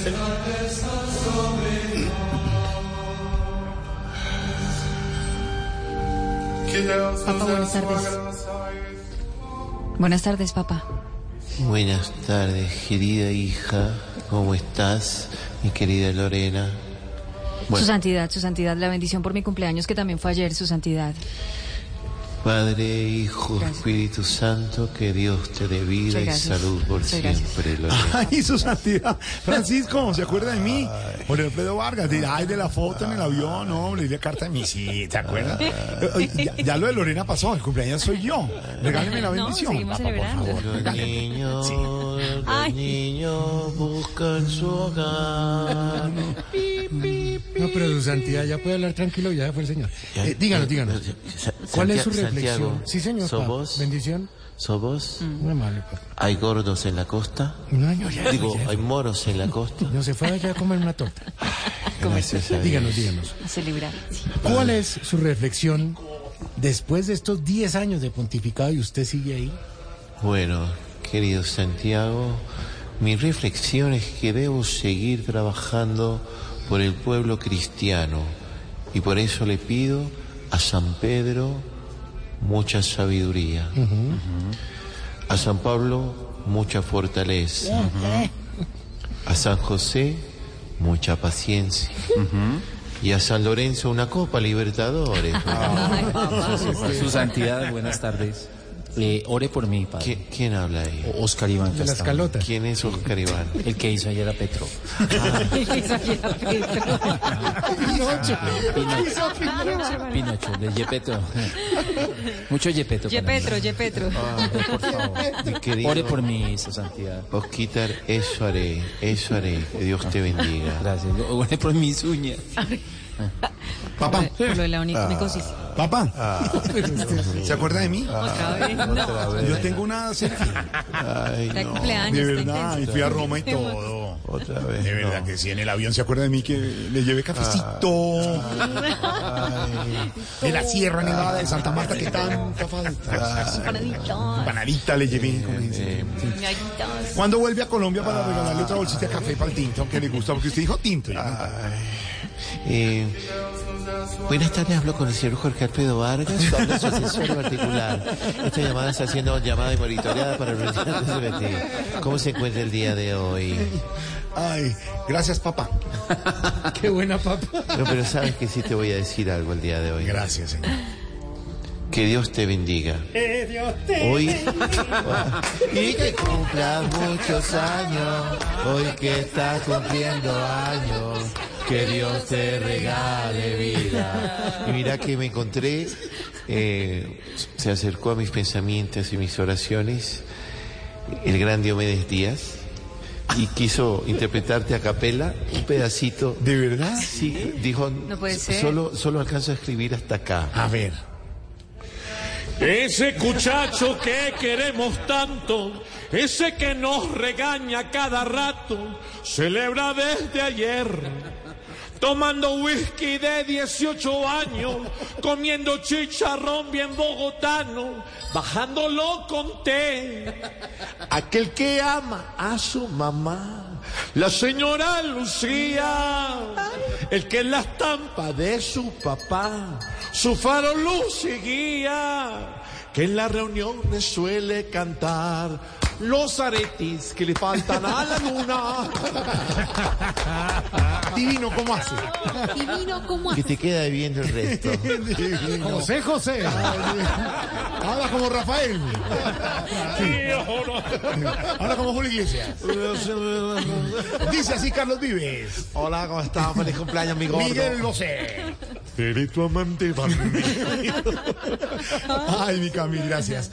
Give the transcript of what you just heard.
hacer. Papá, buenas tardes. Buenas tardes, papá. Buenas tardes, querida hija. ¿Cómo estás, mi querida Lorena? Su santidad, su santidad, la bendición por mi cumpleaños que también fue ayer, su santidad. Padre, Hijo, Gracias. Espíritu Santo, que Dios te dé vida Muchas y gracias. salud por Muchas siempre, gracias. Lorena. Ay, su santidad. Francisco, ¿se acuerda de mí? Jorge Alfredo Vargas, de, ay, de la foto en el avión, no, le di la carta de mi sí, ¿te acuerdas? Eh, eh, Ya, ya lo de Lorena pasó, el cumpleaños soy yo. Regáleme la No, bendición. seguimos papá, celebrando. por Ah, favor. Los niños, los Ay. niños buscan su hogar. No, pero su santidad ya puede hablar tranquilo, ya fue el señor. Eh, díganos, díganos. Sa- ¿Cuál es Santia- su reflexión? Santiago, sí, señor. ¿Sos pa. Mm. vos? Bendición. ¿Sos vos? Muy amable, papá. ¿Hay gordos en la costa? Un año ya. Digo, ya. ¿hay moros en la costa? No se fue allá a comer una torta. Gracias a Dios. Díganos, díganos. A celebrar. sí. ¿Cuál es su reflexión después de estos 10 años de pontificado y usted sigue ahí? Bueno, querido Santiago, mi reflexión es que debo seguir trabajando por el pueblo cristiano y por eso le pido a San Pedro mucha sabiduría, a San Pablo mucha fortaleza, a San José mucha paciencia y a San Lorenzo una copa libertadores. Su santidad, buenas tardes. Eh, ore por mí, padre. ¿Qui- ¿Quién habla ahí? O- Oscar Iván De las Castaño, calotas. ¿Quién es Oscar Iván? El que hizo ayer a Petro. Pinocho, de Yepeto. Mucho Yepeto. para Yepetro, mí. Yepetro. Mi querido- Ore por mí, su santidad. Osquitar, eso haré, eso haré. Que Dios te bendiga. Gracias. Ore por mis uñas. Papá, Por lo de la Ah, onicomicosis. papá, Ah. ¿se acuerda de mí? Ah, Otra vez. No, Yo tengo una selfie. Ay, está de no, cumpleaños. De está verdad, y intenso. fui a Roma y todo. otra vez. De verdad no. que sí, en el avión se acuerda de mí que le llevé cafecito. De la Sierra Nevada de Santa Marta, que tanta falta. Panaditas, Panadita le llevé. como dice. Eh, gallitas. ¿Cuándo vuelve a Colombia para regalarle otra bolsita de café para el tinto? Que le gusta, porque usted dijo tinto. ya. eh, buenas tardes, hablo con el señor Jorge Alfredo Vargas, habla su asesor particular. Esta llamada está siendo llamada y monitoreada para realizar su vestido. ¿Cómo se encuentra el día de hoy? Ay, gracias, papá. Qué buena, papá. No, pero sabes que sí te voy a decir algo el día de hoy. Gracias, señor. Que Dios te bendiga. Hoy, y que cumplas muchos años, hoy que estás cumpliendo años, que Dios te regale vida. Y mira que me encontré, eh, se acercó a mis pensamientos y mis oraciones el gran Diomedes Díaz y quiso interpretarte a capela un pedacito. ¿De verdad? Sí, dijo, No puede ser. Solo, solo alcanzo a escribir hasta acá. A ver. Ese cuchacho que queremos tanto, ese que nos regaña cada rato, celebra desde ayer. Tomando whisky de 18 años, comiendo chicharrón bien bogotano, bajándolo con té. Aquel que ama a su mamá. La señora Lucía, el que es la estampa de su papá, su faro luz y guía, que en las reuniones suele cantar los aretis que le faltan a la luna. Divino, ¿cómo hace? Divino como Que te queda viendo el resto. José José. Habla como Rafael. Habla como Julio Iglesias. Dice así Carlos Vives. Hola, ¿cómo estás? Feliz cumpleaños, mi gordo. Miguel Bosé. Eres tu amante, Ay, mi Camil, gracias.